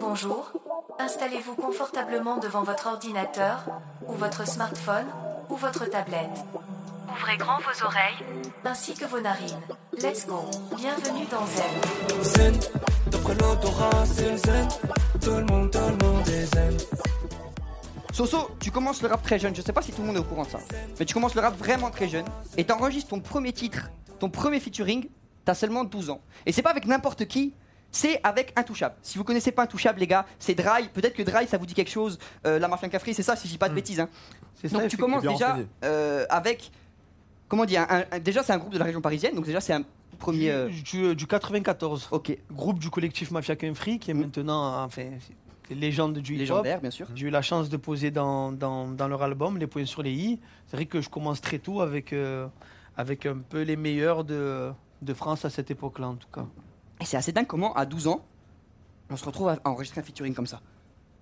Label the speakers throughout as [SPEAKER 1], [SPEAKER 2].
[SPEAKER 1] Bonjour, installez-vous confortablement devant votre ordinateur, ou votre smartphone, ou votre tablette. Ouvrez grand vos oreilles, ainsi que vos narines. Let's go. Bienvenue dans Zen.
[SPEAKER 2] Zen, t'as pris l'odorat, c'est le zen. Tout le monde, tout le monde est zen.
[SPEAKER 3] Soso, tu commences le rap très jeune, je sais pas si tout le monde est au courant de ça, mais tu commences le rap vraiment très jeune et t'enregistres ton premier titre, ton premier featuring, t'as seulement 12 ans. Et c'est pas avec n'importe qui, c'est avec Intouchable. Si vous connaissez pas Intouchable, les gars, c'est Dry, peut-être que Dry ça vous dit quelque chose, euh, la mafia Cafri, c'est ça si je dis pas de bêtises. Hein. Donc tu commences déjà euh, avec. Comment dire un- un- Déjà, c'est un groupe de la région parisienne, donc déjà, c'est un premier. euh,
[SPEAKER 4] Du, du- du 94,
[SPEAKER 3] ok,
[SPEAKER 4] groupe du collectif Mafia Free qui est maintenant enfin, c'est légende du hip-hop.
[SPEAKER 3] Mm. légendaire, hein. bien sûr.
[SPEAKER 4] J'ai eu la chance de poser dans, dans- dans leur album Les Points sur les i. C'est vrai que je commence très tôt avec, euh, avec un peu les meilleurs de, de France à cette époque-là, en tout cas.
[SPEAKER 3] Et c'est assez dingue comment, à 12 ans, on se retrouve à à enregistrer un featuring comme ça.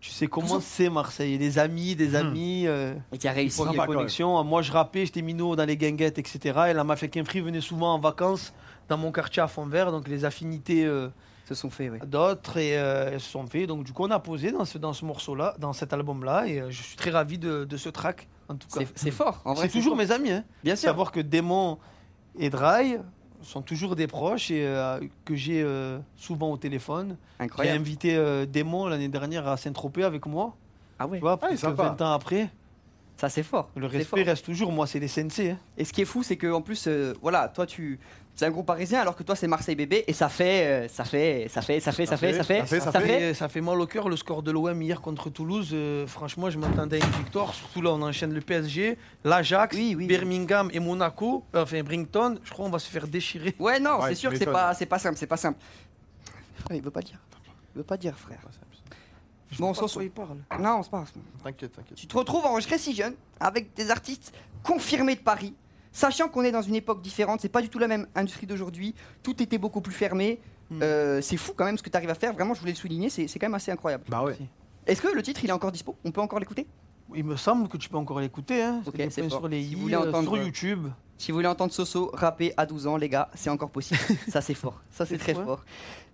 [SPEAKER 4] Tu sais
[SPEAKER 3] Tout
[SPEAKER 4] comment c'est Marseille, des amis,
[SPEAKER 3] Mm.
[SPEAKER 4] des amis, euh,
[SPEAKER 3] Et tu as
[SPEAKER 4] des
[SPEAKER 3] réussi.
[SPEAKER 5] sympa, quand
[SPEAKER 4] connexions. Moi je rappais, j'étais minot dans les guinguettes, etc. Et la Mafia Free venait souvent en vacances dans mon quartier à fond vert, donc les affinités... euh,
[SPEAKER 3] Se sont faits, oui.
[SPEAKER 4] d'autres et euh, elles se sont fait. Donc du coup, on a posé dans ce, dans ce morceau-là, dans cet album-là, et euh, je suis très ravi de, de ce track, en tout cas.
[SPEAKER 3] C'est- C'est fort, en vrai.
[SPEAKER 4] C'est toujours mes amis, hein.
[SPEAKER 3] Bien sûr.
[SPEAKER 4] Savoir que Démon et Dry sont toujours des proches et euh, que j'ai euh, souvent au téléphone. J'ai
[SPEAKER 3] Incroyable.
[SPEAKER 4] invité euh, Démon l'année dernière à Saint-Tropez avec moi,
[SPEAKER 3] Ah ouais.
[SPEAKER 4] tu vois,
[SPEAKER 5] il est
[SPEAKER 4] presque
[SPEAKER 5] sympa.
[SPEAKER 4] 20 ans après.
[SPEAKER 3] Ça c'est fort.
[SPEAKER 4] Le
[SPEAKER 3] C'est
[SPEAKER 4] respect
[SPEAKER 3] fort.
[SPEAKER 4] reste toujours, moi, c'est les sensei. hein.
[SPEAKER 3] Et ce qui est fou, c'est que en plus, euh, voilà, toi tu, c'est un groupe parisien, alors que toi c'est Marseille bébé, et ça fait, euh, ça fait, ça fait, ça fait, ça fait, ça fait,
[SPEAKER 4] Ça, fait, ça fait mal au cœur le score de l'OM hier contre Toulouse. Euh, franchement, je m'attendais à une victoire. Surtout là, on enchaîne le PSG, l'Ajax,
[SPEAKER 3] Oui, oui.
[SPEAKER 4] Birmingham et Monaco. Euh, Enfin, Brington. Je crois qu'on va se faire déchirer.
[SPEAKER 3] Ouais, non,
[SPEAKER 5] Ouais,
[SPEAKER 3] c'est
[SPEAKER 5] tu
[SPEAKER 3] sûr que c'est
[SPEAKER 5] m'étonnes.
[SPEAKER 3] pas, c'est pas simple, c'est pas simple. Frère, il veut pas dire. Il veut pas dire, frère. Bon, on s'en sort.
[SPEAKER 4] parle.
[SPEAKER 3] Non, on se parle.
[SPEAKER 5] T'inquiète, t'inquiète.
[SPEAKER 3] Tu te retrouves enregistré si jeune, avec des artistes confirmés de Paris, sachant qu'on est dans une époque différente, c'est pas du tout la même industrie d'aujourd'hui, tout était beaucoup plus fermé.
[SPEAKER 4] Hmm.
[SPEAKER 3] Euh, c'est fou quand même ce que tu arrives à faire, vraiment je voulais le souligner, c'est c'est quand même assez incroyable.
[SPEAKER 5] Bah ouais.
[SPEAKER 3] Est-ce que le titre il est encore dispo On peut encore l'écouter
[SPEAKER 4] Il me semble que tu peux encore l'écouter. Hein.
[SPEAKER 3] Ok,
[SPEAKER 4] des
[SPEAKER 3] c'est
[SPEAKER 4] points
[SPEAKER 3] fort.
[SPEAKER 4] sur les
[SPEAKER 3] Si
[SPEAKER 4] i,
[SPEAKER 3] vous voulez
[SPEAKER 4] euh,
[SPEAKER 3] entendre-
[SPEAKER 4] sur YouTube.
[SPEAKER 3] Si vous voulez entendre Soso rapper à 12 ans, les gars, c'est encore possible. Ça, c'est fort. Ça, c'est
[SPEAKER 4] C'est
[SPEAKER 3] très
[SPEAKER 4] fou, hein.
[SPEAKER 3] fort.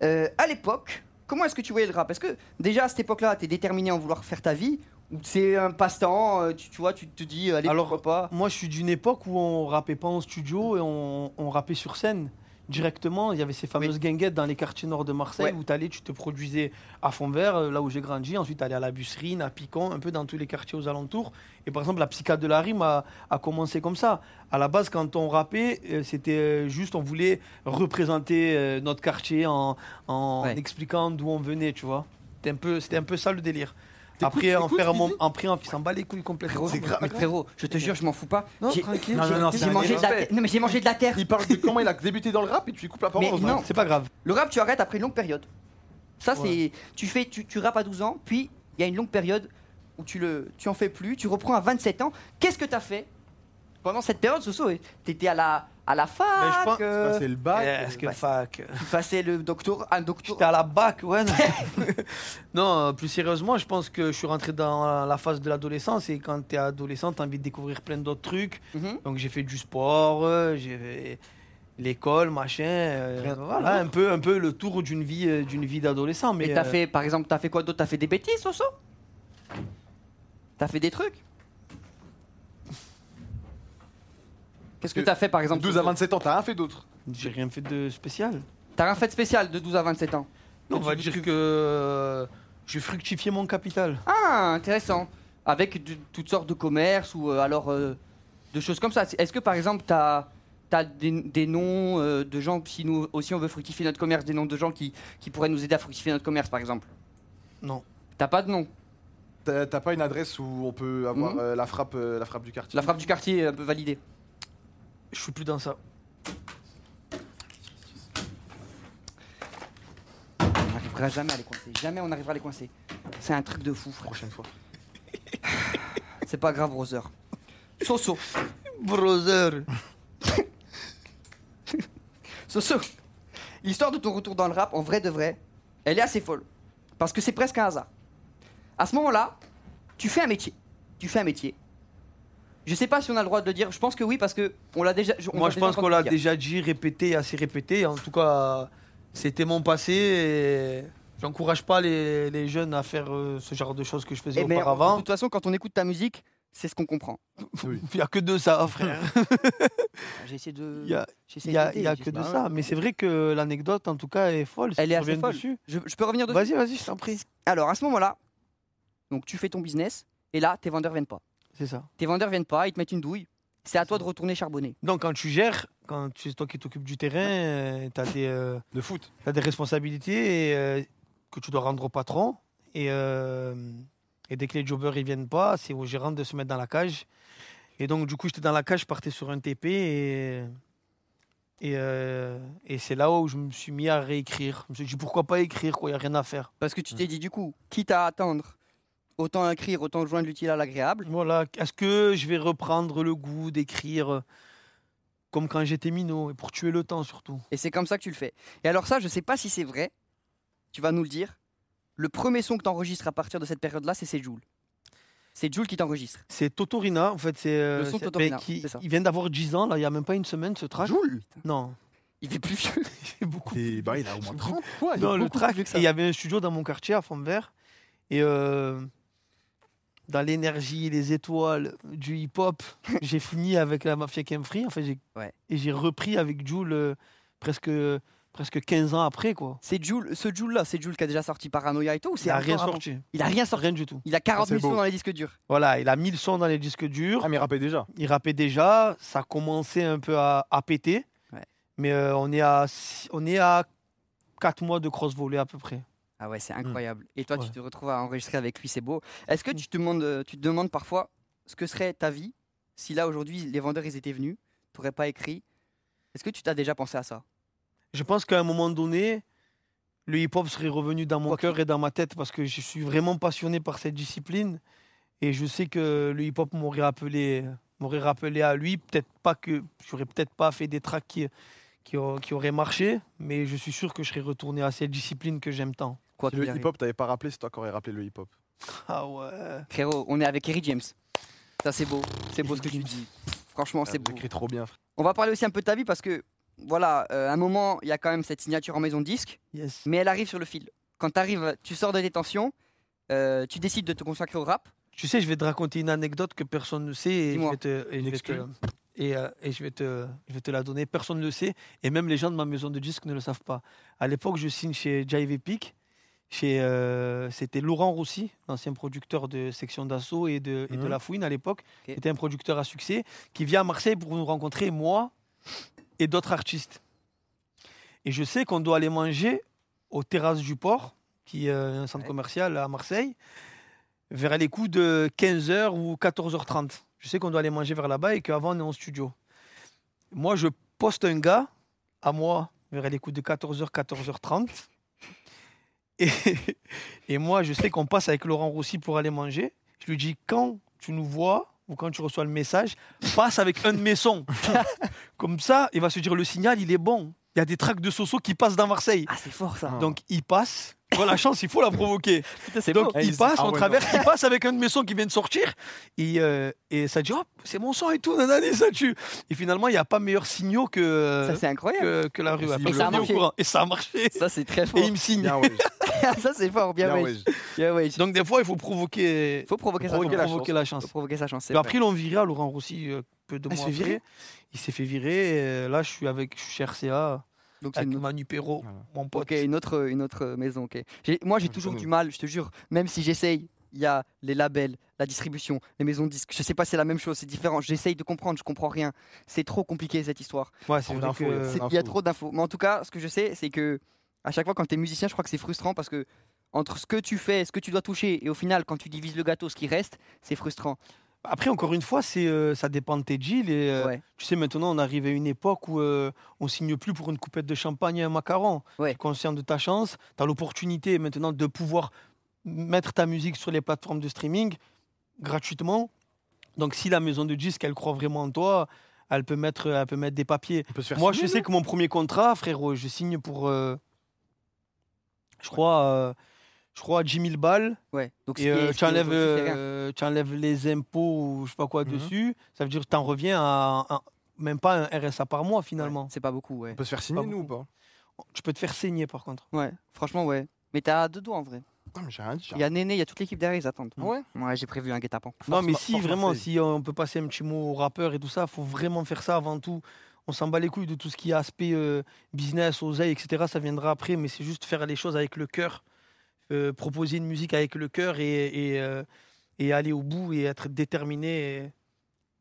[SPEAKER 3] Euh, à l'époque, comment est-ce que tu voyais le rap Est-ce que déjà à cette époque-là, t'es déterminé à en vouloir faire ta vie Ou c'est un passe-temps euh, tu, tu vois, tu te dis, allez,
[SPEAKER 4] Alors-
[SPEAKER 3] pourquoi pas
[SPEAKER 4] Moi, je suis d'une époque où on rappait pas en studio et on, on rappait sur scène directement. Il y avait ces fameuses guinguettes dans les quartiers nord de Marseille
[SPEAKER 3] Ouais.
[SPEAKER 4] où tu allais, tu te produisais à Fond Vert, euh, là où j'ai grandi. Ensuite, allais à la Busserine, à Picon, un peu dans tous les quartiers aux alentours. Et par exemple, la psychade de la rime a, a commencé comme ça. À la base, quand on rappait, euh, c'était euh, juste, on voulait représenter euh, notre quartier en, en
[SPEAKER 3] Ouais.
[SPEAKER 4] expliquant d'où on venait, tu vois. C'était un peu, c'était un peu ça le délire.
[SPEAKER 5] T'écoutes-
[SPEAKER 4] Après, en
[SPEAKER 5] t'écoutes
[SPEAKER 4] faire un
[SPEAKER 5] ce
[SPEAKER 4] moment,
[SPEAKER 5] qu'il
[SPEAKER 4] en pris, on s'en bat les couilles complètement.
[SPEAKER 3] Frérot, mais frérot, je te jure, je m'en fous pas.
[SPEAKER 4] Non,
[SPEAKER 3] J'ai-
[SPEAKER 4] tranquille.
[SPEAKER 5] Non,
[SPEAKER 3] j'ai-
[SPEAKER 5] non, non, c'est
[SPEAKER 3] j'ai
[SPEAKER 5] un
[SPEAKER 3] mangé de la
[SPEAKER 5] respect.
[SPEAKER 3] terre. Non, mais j'ai mangé de la terre.
[SPEAKER 5] Il parle de comment il a débuté dans le rap et tu lui coupes la parole.
[SPEAKER 3] Mais
[SPEAKER 5] dans un-
[SPEAKER 3] non.
[SPEAKER 4] C'est pas grave.
[SPEAKER 3] Le rap, tu arrêtes après une longue période. Ça, c'est. Tu fais, tu, tu rappes à 12 ans, puis il y a une longue période où tu le, tu en fais plus, tu reprends à 27 ans. Qu'est-ce que t'as fait pendant cette période, Soso T'étais à la, à la fac.
[SPEAKER 4] Ben, je pense-
[SPEAKER 3] euh,
[SPEAKER 5] Ça, C'est le bac.
[SPEAKER 4] Est-ce que fac
[SPEAKER 3] tu passais le doctorat, un
[SPEAKER 4] bah, J'étais
[SPEAKER 3] doctorat.
[SPEAKER 4] à la bac, ouais. Non. Non, euh, plus sérieusement, je pense que je suis rentré dans la phase de l'adolescence et quand t'es adolescent, t'as envie de découvrir plein d'autres trucs.
[SPEAKER 3] Mhm.
[SPEAKER 4] Donc j'ai fait du sport, euh, j'ai fait l'école, machin. euh,
[SPEAKER 5] Rien.
[SPEAKER 4] voilà, un peu, un peu le tour d'une vie, euh, d'une vie d'adolescent. Mais
[SPEAKER 3] Mais t'as
[SPEAKER 4] euh,
[SPEAKER 3] fait, par exemple, t'as fait quoi d'autre T'as fait des bêtises, Soso T'as fait des trucs Qu'est-ce que
[SPEAKER 5] De-
[SPEAKER 3] t'as fait, par exemple
[SPEAKER 5] 12 à
[SPEAKER 3] Soso
[SPEAKER 5] 27 ans, t'as rien fait d'autre.
[SPEAKER 4] j'ai rien fait de spécial.
[SPEAKER 3] T'as rien fait de spécial de 12 à 27 ans
[SPEAKER 4] on va dire que euh, j'ai fructifié mon capital.
[SPEAKER 3] Ah, intéressant. Avec de- toutes sortes de commerces ou euh, alors euh, de choses comme ça. C'est- Est-ce que par exemple, tu as, des, des noms euh, de gens, si nous aussi on veut fructifier notre commerce, des noms de gens qui, qui pourraient nous aider à fructifier notre commerce par exemple
[SPEAKER 4] Non.
[SPEAKER 3] T'as pas de nom
[SPEAKER 5] T'as t'as pas une adresse où on peut avoir
[SPEAKER 3] Mhm.
[SPEAKER 5] euh, la frappe, euh, la frappe du quartier.
[SPEAKER 3] La frappe du quartier est un peu validée.
[SPEAKER 4] Je suis plus dans ça.
[SPEAKER 3] On n'arrivera jamais à les coincer. Jamais on n'arrivera à les coincer. C'est un truc de fou, frère.
[SPEAKER 5] Prochaine fois.
[SPEAKER 3] C'est pas grave, Roser. Soso.
[SPEAKER 4] Brother
[SPEAKER 3] Soso, l'histoire de ton retour dans le rap, en vrai de vrai, elle est assez folle. Parce que c'est presque un hasard. À ce moment-là, tu fais un métier. Tu fais un métier. Je sais pas si on a le droit de le dire. Je pense que oui, parce que on l'a déjà. on
[SPEAKER 4] Moi,
[SPEAKER 3] t'a
[SPEAKER 4] je
[SPEAKER 3] déjà
[SPEAKER 4] pense qu'on
[SPEAKER 3] entendu
[SPEAKER 4] l'a
[SPEAKER 3] dire.
[SPEAKER 4] déjà dit, répété, assez répété. En tout cas, c'était mon passé. et J'encourage pas les, les jeunes à faire euh, ce genre de choses que je faisais
[SPEAKER 3] Eh ben, de
[SPEAKER 4] auparavant.
[SPEAKER 3] toute façon, quand on écoute ta musique, c'est ce qu'on comprend.
[SPEAKER 4] Il n'y a que de ça, frère.
[SPEAKER 3] J'ai essayé de.
[SPEAKER 4] Il n'y a,
[SPEAKER 3] j'ai essayé
[SPEAKER 4] il y a-
[SPEAKER 3] d'aider,
[SPEAKER 4] il y a
[SPEAKER 3] j'ai
[SPEAKER 4] que de
[SPEAKER 3] essayé-
[SPEAKER 4] ça. Mais c'est vrai que l'anecdote, en tout cas, est folle. si
[SPEAKER 3] Elle est
[SPEAKER 4] tu
[SPEAKER 3] assez
[SPEAKER 4] reviens
[SPEAKER 3] folle.
[SPEAKER 4] dessus.
[SPEAKER 3] Je, je peux revenir dessus
[SPEAKER 4] Vas-y, vas-y, je t'en prie.
[SPEAKER 3] Alors à ce moment-là, donc tu fais ton business et là tes vendeurs viennent pas.
[SPEAKER 4] C'est ça.
[SPEAKER 3] Tes vendeurs viennent pas, ils te mettent une douille. C'est à toi de retourner charbonner.
[SPEAKER 4] Donc, quand tu gères, quand tu- c'est toi qui t'occupes du terrain, tu as des. euh,
[SPEAKER 5] De foot.
[SPEAKER 4] T'as des responsabilités et, euh, que tu dois rendre au patron. Et, euh, et dès que les jobbers ne viennent pas, c'est au gérant de se mettre dans la cage. Et donc, du coup, j'étais dans la cage, je partais sur un TP. Et, et, euh, et c'est là où je me suis mis à réécrire. Je me suis dit, pourquoi pas écrire quoi, Il n'y a rien à faire.
[SPEAKER 3] Parce que tu
[SPEAKER 5] Mm.
[SPEAKER 3] t'es dit du coup, quitte à attendre, autant écrire, autant joindre l'utile à l'agréable.
[SPEAKER 4] Voilà. Est-ce que je vais reprendre le goût d'écrire euh, comme quand j'étais minot et pour tuer le temps surtout
[SPEAKER 3] Et c'est comme ça que tu le fais. Et alors ça, je sais pas si c'est vrai. Tu vas nous le dire. Le premier son que t'enregistres à partir de cette période-là, c'est C'est Joule. C'est Joule qui t'enregistre.
[SPEAKER 4] C'est Totorina, en fait. C'est, euh,
[SPEAKER 3] Le son de
[SPEAKER 4] c'est-
[SPEAKER 3] Totorina,
[SPEAKER 4] ben, qui-
[SPEAKER 3] c'est ça.
[SPEAKER 4] Il vient d'avoir 10 ans, là, il n'y a même pas une semaine, ce track.
[SPEAKER 5] Joule
[SPEAKER 4] Non,
[SPEAKER 3] Il fait plus vieux.
[SPEAKER 4] c'est beaucoup
[SPEAKER 5] Et bah, il a au moins 30 quoi.
[SPEAKER 3] Ah,
[SPEAKER 5] il est
[SPEAKER 4] Non, le
[SPEAKER 5] beaucoup
[SPEAKER 4] track,
[SPEAKER 5] plus
[SPEAKER 4] et
[SPEAKER 5] que ça.
[SPEAKER 4] il y avait un studio dans mon quartier à Fontvert. Et euh, dans l'énergie, les étoiles, du hip-hop, j'ai fini avec la Mafia Came Free. En fait, j'ai-
[SPEAKER 3] Ouais.
[SPEAKER 4] Et j'ai repris avec Jules euh, presque, presque 15 ans après. quoi.
[SPEAKER 3] C'est Joule, ce Joule-là, c'est Joule qui a déjà sorti Paranoia et tout. ou c'est
[SPEAKER 4] Il a
[SPEAKER 3] encore
[SPEAKER 4] rien
[SPEAKER 3] avant
[SPEAKER 4] sorti.
[SPEAKER 3] Il a rien sorti.
[SPEAKER 4] Rien du tout.
[SPEAKER 3] Il a 40
[SPEAKER 5] Ah, c'est
[SPEAKER 3] 000 sons
[SPEAKER 5] beau.
[SPEAKER 3] dans les disques durs.
[SPEAKER 4] Voilà, il a 1000 sons dans les disques durs.
[SPEAKER 5] Ah, mais il rappait déjà.
[SPEAKER 4] Il rappait déjà. Ça commençait un peu à, à péter.
[SPEAKER 3] Ouais.
[SPEAKER 4] Mais euh, on, est à, six- on est à 4 mois de cross-volée à peu près.
[SPEAKER 3] Ah ouais, c'est incroyable. Et toi, tu
[SPEAKER 4] Ouais.
[SPEAKER 3] te retrouves à enregistrer avec lui, c'est beau. Est-ce que
[SPEAKER 4] Mm.
[SPEAKER 3] tu te, demandes, euh, tu te demandes parfois ce que serait ta vie si là, aujourd'hui, les vendeurs, ils étaient venus, t'aurais pas écrit Est-ce que tu t'as déjà pensé à ça
[SPEAKER 4] Je pense qu'à un moment donné, le hip-hop serait revenu dans mon
[SPEAKER 3] Quoi qu'il-
[SPEAKER 4] cœur et dans ma tête parce que je suis vraiment passionné par cette discipline. Et je sais que le hip-hop m'aurait appelé, m'aurait rappelé à lui. Peut-être pas que j'aurais peut-être pas fait des tracks qui, qui, aur- qui auraient marché, mais je suis sûr que je serais retourné à cette discipline que j'aime tant.
[SPEAKER 3] Quoi
[SPEAKER 5] Si le
[SPEAKER 3] qu'il arrive.
[SPEAKER 5] hip-hop, t'avais pas rappelé, c'est toi qui aurais rappelé le hip-hop.
[SPEAKER 4] Ah ouais.
[SPEAKER 3] Frérot, on est avec Eric James. Ça, c'est beau. C'est beau ce que
[SPEAKER 4] Eric
[SPEAKER 3] tu dis. Franchement,
[SPEAKER 5] Ah,
[SPEAKER 3] c'est beau.
[SPEAKER 5] écrit trop bien, frère.
[SPEAKER 3] On va parler aussi un peu de ta vie parce que, voilà, euh, à un moment, il y a quand même cette signature en maison de disque.
[SPEAKER 4] Yes.
[SPEAKER 3] mais elle arrive sur le fil. Quand tu arrives, tu sors de détention, euh, tu décides de te consacrer au rap.
[SPEAKER 4] Tu sais, je vais te raconter une anecdote que personne ne sait et je
[SPEAKER 3] Dis-moi.
[SPEAKER 4] vais te, et je
[SPEAKER 5] Une
[SPEAKER 4] vais te- et, euh, et je vais te, je vais te la donner. Personne ne le sait et même les gens de ma maison de disques ne le savent pas. À l'époque, je signe chez Jive Epic. Chez, euh, c'était Laurent Rossi, l'ancien producteur de Section d'Assaut et de, et de
[SPEAKER 5] Mhm.
[SPEAKER 4] La Fouine à l'époque, qui
[SPEAKER 3] Ok.
[SPEAKER 4] était un producteur à succès, qui vient à Marseille pour nous rencontrer, moi et d'autres artistes. Et je sais qu'on doit aller manger aux terrasses du port, qui est euh, un centre
[SPEAKER 3] Ouais.
[SPEAKER 4] commercial à Marseille, vers les coups de 15h ou 14h30. Je sais qu'on doit aller manger vers là-bas et qu'avant, on est en studio. Moi, je poste un gars à moi vers les coups de 14h, 14h30. Et, et moi, je sais qu'on passe avec Laurent Rossi pour aller manger. Je lui dis, quand tu nous vois ou quand tu reçois le message, passe avec un de mes sons. Comme ça, il va se dire, le signal, il est bon. Il y a des tracks de Soso qui passent dans Marseille.
[SPEAKER 3] Ah, c'est fort ça.
[SPEAKER 5] Ah.
[SPEAKER 4] Donc, il passe. Tu vois, la chance, il faut la provoquer.
[SPEAKER 3] C'est
[SPEAKER 4] Donc,
[SPEAKER 5] Ah,
[SPEAKER 4] il
[SPEAKER 5] il-
[SPEAKER 4] passe,
[SPEAKER 5] ah
[SPEAKER 4] on
[SPEAKER 5] ouais,
[SPEAKER 4] traverse, il passe avec un de mes sons qui vient de sortir. Et, euh, et ça dit, oh, c'est mon son et tout, nanani, ça tue. Et finalement, il n'y a pas meilleur signaux que
[SPEAKER 3] Ça, c'est incroyable.
[SPEAKER 4] que, que la rue.
[SPEAKER 5] Et
[SPEAKER 4] après.
[SPEAKER 5] ça
[SPEAKER 4] Je le
[SPEAKER 5] a
[SPEAKER 4] mets au
[SPEAKER 3] marché.
[SPEAKER 4] courant. Et ça a marché.
[SPEAKER 3] Ça, c'est très
[SPEAKER 4] Euh, Et
[SPEAKER 3] fort.
[SPEAKER 4] il me signe.
[SPEAKER 5] Bien, ouais.
[SPEAKER 3] ça, c'est fort. Bien,
[SPEAKER 5] Bien,
[SPEAKER 3] ouais.
[SPEAKER 5] ouais.
[SPEAKER 3] Bien, ouais.
[SPEAKER 4] Donc des fois, il faut provoquer,
[SPEAKER 3] Faut provoquer sa
[SPEAKER 4] provoquer,
[SPEAKER 3] chance.
[SPEAKER 4] la,
[SPEAKER 5] la
[SPEAKER 4] provoquer la chance.
[SPEAKER 3] Faut provoquer sa chance. c'est
[SPEAKER 4] Mais
[SPEAKER 3] vrai.
[SPEAKER 4] après, ils l'ont viré à Laurent Rossi euh, peu de
[SPEAKER 5] Ah, il
[SPEAKER 4] mois
[SPEAKER 5] se fait virer
[SPEAKER 4] après. Il s'est fait virer. et euh, là, je suis avec je suis chez RCA,
[SPEAKER 3] Donc, c'est
[SPEAKER 4] avec
[SPEAKER 3] une autre...
[SPEAKER 4] Manu Perrault,
[SPEAKER 5] Voilà.
[SPEAKER 4] mon pote.
[SPEAKER 3] ok, une autre, une autre maison. ok. J'ai- Moi, j'ai
[SPEAKER 5] Ah,
[SPEAKER 3] toujours
[SPEAKER 5] putain.
[SPEAKER 3] du mal, je te jure. Même si j'essaye, il y a les labels, la distribution, les maisons de disques. Je sais pas si c'est la même chose, c'est différent. J'essaye de comprendre, je comprends rien. C'est trop compliqué cette histoire.
[SPEAKER 4] Ouais, Euh, c'est
[SPEAKER 5] Trop
[SPEAKER 4] vrai
[SPEAKER 5] d'infos,
[SPEAKER 4] que-
[SPEAKER 5] il y a-
[SPEAKER 3] C'est- Il y a trop d'infos. Mais en tout cas, ce que je sais, c'est que à chaque fois, quand tu es musicien, je crois que c'est frustrant parce que entre ce que tu fais, ce que tu dois toucher, et au final, quand tu divises le gâteau, ce qui reste, c'est frustrant.
[SPEAKER 4] Après, encore une fois, c'est euh, ça dépend de tes deals. Et, euh,
[SPEAKER 3] Ouais.
[SPEAKER 4] Tu sais, maintenant, on arrive à une époque où euh, on signe plus pour une coupette de champagne et un macaron.
[SPEAKER 3] Ouais.
[SPEAKER 4] Tu es conscient de ta chance, tu as l'opportunité maintenant de pouvoir mettre ta musique sur les plateformes de streaming gratuitement. Donc, si la maison de disques, elle croit vraiment en toi, elle peut mettre, elle peut mettre des papiers.
[SPEAKER 5] On peut se faire
[SPEAKER 4] Moi, je
[SPEAKER 5] signer,
[SPEAKER 4] sais
[SPEAKER 5] non
[SPEAKER 4] que mon premier contrat, frérot, je signe pour, euh, je crois, euh, je crois 10 000 balles.
[SPEAKER 3] Ouais. Donc, ce
[SPEAKER 4] Et
[SPEAKER 3] qui est-
[SPEAKER 4] euh,
[SPEAKER 3] ce
[SPEAKER 4] tu
[SPEAKER 3] qui est
[SPEAKER 4] enlèves,
[SPEAKER 3] aujourd'hui, c'est rien.
[SPEAKER 4] euh, tu enlèves les impôts ou je sais pas quoi
[SPEAKER 5] Mhm.
[SPEAKER 4] dessus, ça veut dire que tu en reviens à, un- même pas un RSA par mois finalement.
[SPEAKER 3] C'est pas beaucoup, ouais.
[SPEAKER 5] On peut se faire signer,
[SPEAKER 4] Pas
[SPEAKER 5] nous ou pas
[SPEAKER 4] Tu peux te faire saigner par contre.
[SPEAKER 3] Ouais, franchement, ouais. Mais t'as deux doigts en vrai.
[SPEAKER 5] Putain, mais j'ai rien dit. j'ai
[SPEAKER 3] Il y a Néné, il y a toute l'équipe derrière, ils attendent.
[SPEAKER 5] Ah ouais
[SPEAKER 3] Ouais, j'ai prévu un guet-apens.
[SPEAKER 4] Non, mais
[SPEAKER 5] ma-
[SPEAKER 4] si
[SPEAKER 5] force
[SPEAKER 4] vraiment,
[SPEAKER 5] française.
[SPEAKER 4] si euh, on peut passer un petit mot aux rappeurs et tout ça, faut vraiment faire ça avant tout. On s'en bat les couilles de tout ce qui est aspect euh, business, oseille, etc. Ça viendra après, mais c'est juste faire les choses avec le cœur, euh, proposer une musique avec le cœur et, et, euh, et aller au bout et être déterminé. et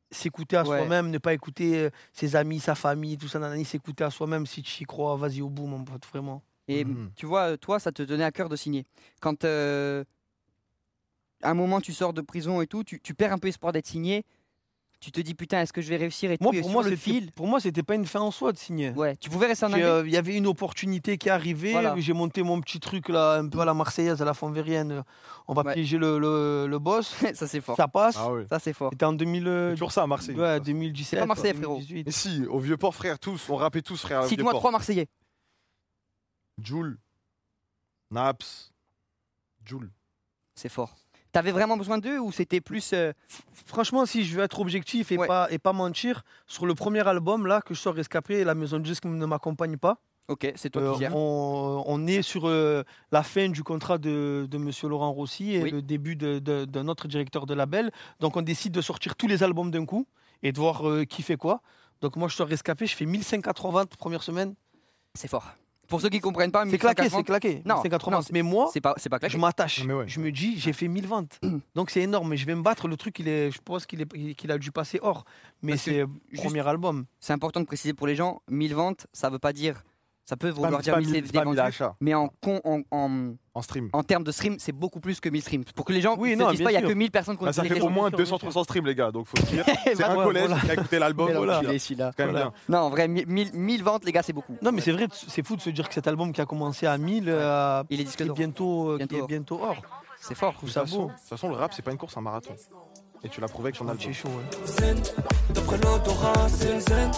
[SPEAKER 4] S'écouter à
[SPEAKER 3] Ouais.
[SPEAKER 4] soi-même, ne pas écouter euh, ses amis, sa famille, tout ça, nanani, s'écouter à soi-même si tu y crois, vas-y au bout, mon pote, vraiment.
[SPEAKER 3] Et
[SPEAKER 5] Mhm.
[SPEAKER 3] tu vois, euh, toi, ça te donnait à cœur de signer. Quand euh, à un moment tu sors de prison et tout, tu, tu perds un peu espoir d'être signé. Tu te dis putain, est-ce que je vais réussir et
[SPEAKER 4] Moi,
[SPEAKER 3] tout. et
[SPEAKER 4] pour
[SPEAKER 3] sur
[SPEAKER 4] moi,
[SPEAKER 3] le
[SPEAKER 4] c'était-
[SPEAKER 3] fil.
[SPEAKER 4] pour moi, c'était pas une fin en soi de signer.
[SPEAKER 3] Ouais, tu pouvais rester en
[SPEAKER 4] J'ai,
[SPEAKER 3] Angleterre.
[SPEAKER 4] euh, Il y avait une opportunité qui arrivait.
[SPEAKER 3] Voilà.
[SPEAKER 4] J'ai monté mon petit truc là, un peu à la Marseillaise, à la Fonvérienne. On va
[SPEAKER 3] Ouais.
[SPEAKER 4] piéger le, le- le boss.
[SPEAKER 3] ça c'est fort.
[SPEAKER 4] euh, Ça passe.
[SPEAKER 5] Ah ouais.
[SPEAKER 3] Ça c'est fort.
[SPEAKER 4] C'était en 2000, euh,
[SPEAKER 5] C'est toujours ça à Marseille.
[SPEAKER 4] ouais,
[SPEAKER 5] de toute façon.
[SPEAKER 4] 2017.
[SPEAKER 3] pas Marseille, frérot.
[SPEAKER 4] 2018.
[SPEAKER 5] Mais si, au vieux port, frère, tous, on rappait tous, frère. au
[SPEAKER 3] Cite-moi
[SPEAKER 5] Vieux-Port.
[SPEAKER 3] trois Marseillais.
[SPEAKER 5] Joule, Naps, Joule.
[SPEAKER 3] C'est fort. T'avais vraiment besoin d'eux ou c'était plus euh,
[SPEAKER 4] Franchement, si je veux être objectif et,
[SPEAKER 3] Ouais.
[SPEAKER 4] pas, et pas mentir, sur le premier album là que je sors Escapé, la maison de disque ne m'accompagne pas.
[SPEAKER 3] Ok, c'est toi
[SPEAKER 4] Euh,
[SPEAKER 3] qui gères.
[SPEAKER 4] on, on est sur euh, la fin du contrat de, de Monsieur Laurent Rossi et
[SPEAKER 3] Oui.
[SPEAKER 4] le début de- de- d'un autre directeur de label. Donc on décide de sortir tous les albums d'un coup et de voir euh, qui fait quoi. Donc moi je sors rescapé, je fais 1580 première semaine.
[SPEAKER 3] C'est fort. Pour ceux qui comprennent pas,
[SPEAKER 4] C'est claqué, c'est
[SPEAKER 3] 1140,
[SPEAKER 4] claqué.
[SPEAKER 3] Non,
[SPEAKER 4] 1580.
[SPEAKER 3] non,
[SPEAKER 4] mais moi,
[SPEAKER 3] c'est pas, c'est pas claqué.
[SPEAKER 4] je m'attache.
[SPEAKER 5] Mais ouais.
[SPEAKER 4] Je me dis, j'ai fait 1000 ventes. Donc c'est énorme, mais je vais me battre. Le truc, il est, je pense qu'il est- qu'il a dû passer hors. Mais
[SPEAKER 3] Parce que
[SPEAKER 4] c'est premier album.
[SPEAKER 3] C'est important de préciser pour les gens, 1000 ventes, ça veut pas dire, ça peut
[SPEAKER 5] C'est pas-
[SPEAKER 3] vouloir
[SPEAKER 5] c'est
[SPEAKER 3] dire
[SPEAKER 5] pas
[SPEAKER 3] 1000
[SPEAKER 5] mille-
[SPEAKER 3] CD
[SPEAKER 5] c'est pas mille
[SPEAKER 3] vendus,
[SPEAKER 5] achats
[SPEAKER 3] mais en, con- en, en,
[SPEAKER 5] en stream.
[SPEAKER 3] en termes de stream, c'est beaucoup plus que 1000 streams. Pour que les gens
[SPEAKER 4] Oui,
[SPEAKER 3] ne
[SPEAKER 4] non,
[SPEAKER 3] se disent
[SPEAKER 4] bien
[SPEAKER 3] pas, il y a
[SPEAKER 4] sûr.
[SPEAKER 3] que 1000 personnes qui ont
[SPEAKER 5] Bah, ça
[SPEAKER 3] streamé
[SPEAKER 5] fait
[SPEAKER 3] quelque
[SPEAKER 5] au
[SPEAKER 3] chose.
[SPEAKER 5] moins
[SPEAKER 4] bien sûr,
[SPEAKER 5] 200-300 streams, les gars, donc faut se dire. C'est un
[SPEAKER 4] bah, voilà.
[SPEAKER 5] collège qui a écouté l'album,
[SPEAKER 4] Mais
[SPEAKER 5] faut
[SPEAKER 4] voilà.
[SPEAKER 5] se dire.
[SPEAKER 3] Et celui-là.
[SPEAKER 5] C'est quand même
[SPEAKER 4] Voilà.
[SPEAKER 5] bien.
[SPEAKER 3] Non, en vrai, 1000 1000 ventes, les gars, c'est beaucoup.
[SPEAKER 4] Non, mais c'est vrai, c'est fou de se dire que cet album qui a commencé à 1000, euh,
[SPEAKER 3] Il est
[SPEAKER 4] qui
[SPEAKER 3] disque
[SPEAKER 4] est
[SPEAKER 3] d'or.
[SPEAKER 4] bientôt, euh, qui
[SPEAKER 3] Bientôt
[SPEAKER 4] est
[SPEAKER 3] hors.
[SPEAKER 4] bientôt hors.
[SPEAKER 3] C'est fort.
[SPEAKER 4] trouve ça
[SPEAKER 5] De toute façon-
[SPEAKER 4] beau.
[SPEAKER 5] De toute façon, le rap, c'est pas une course, c'est un marathon. Et tu l'as prouvé avec ton
[SPEAKER 4] C'est
[SPEAKER 5] album.
[SPEAKER 4] chaud, hein. ouais.
[SPEAKER 2] zen D'après l'odorat, c'est le zen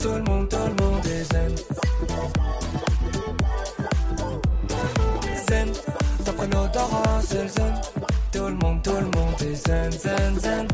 [SPEAKER 2] Tout le monde, tout le monde est zen Zen D'après l'odorat, c'est le zen Tout le monde, tout le monde est zen, zen, zen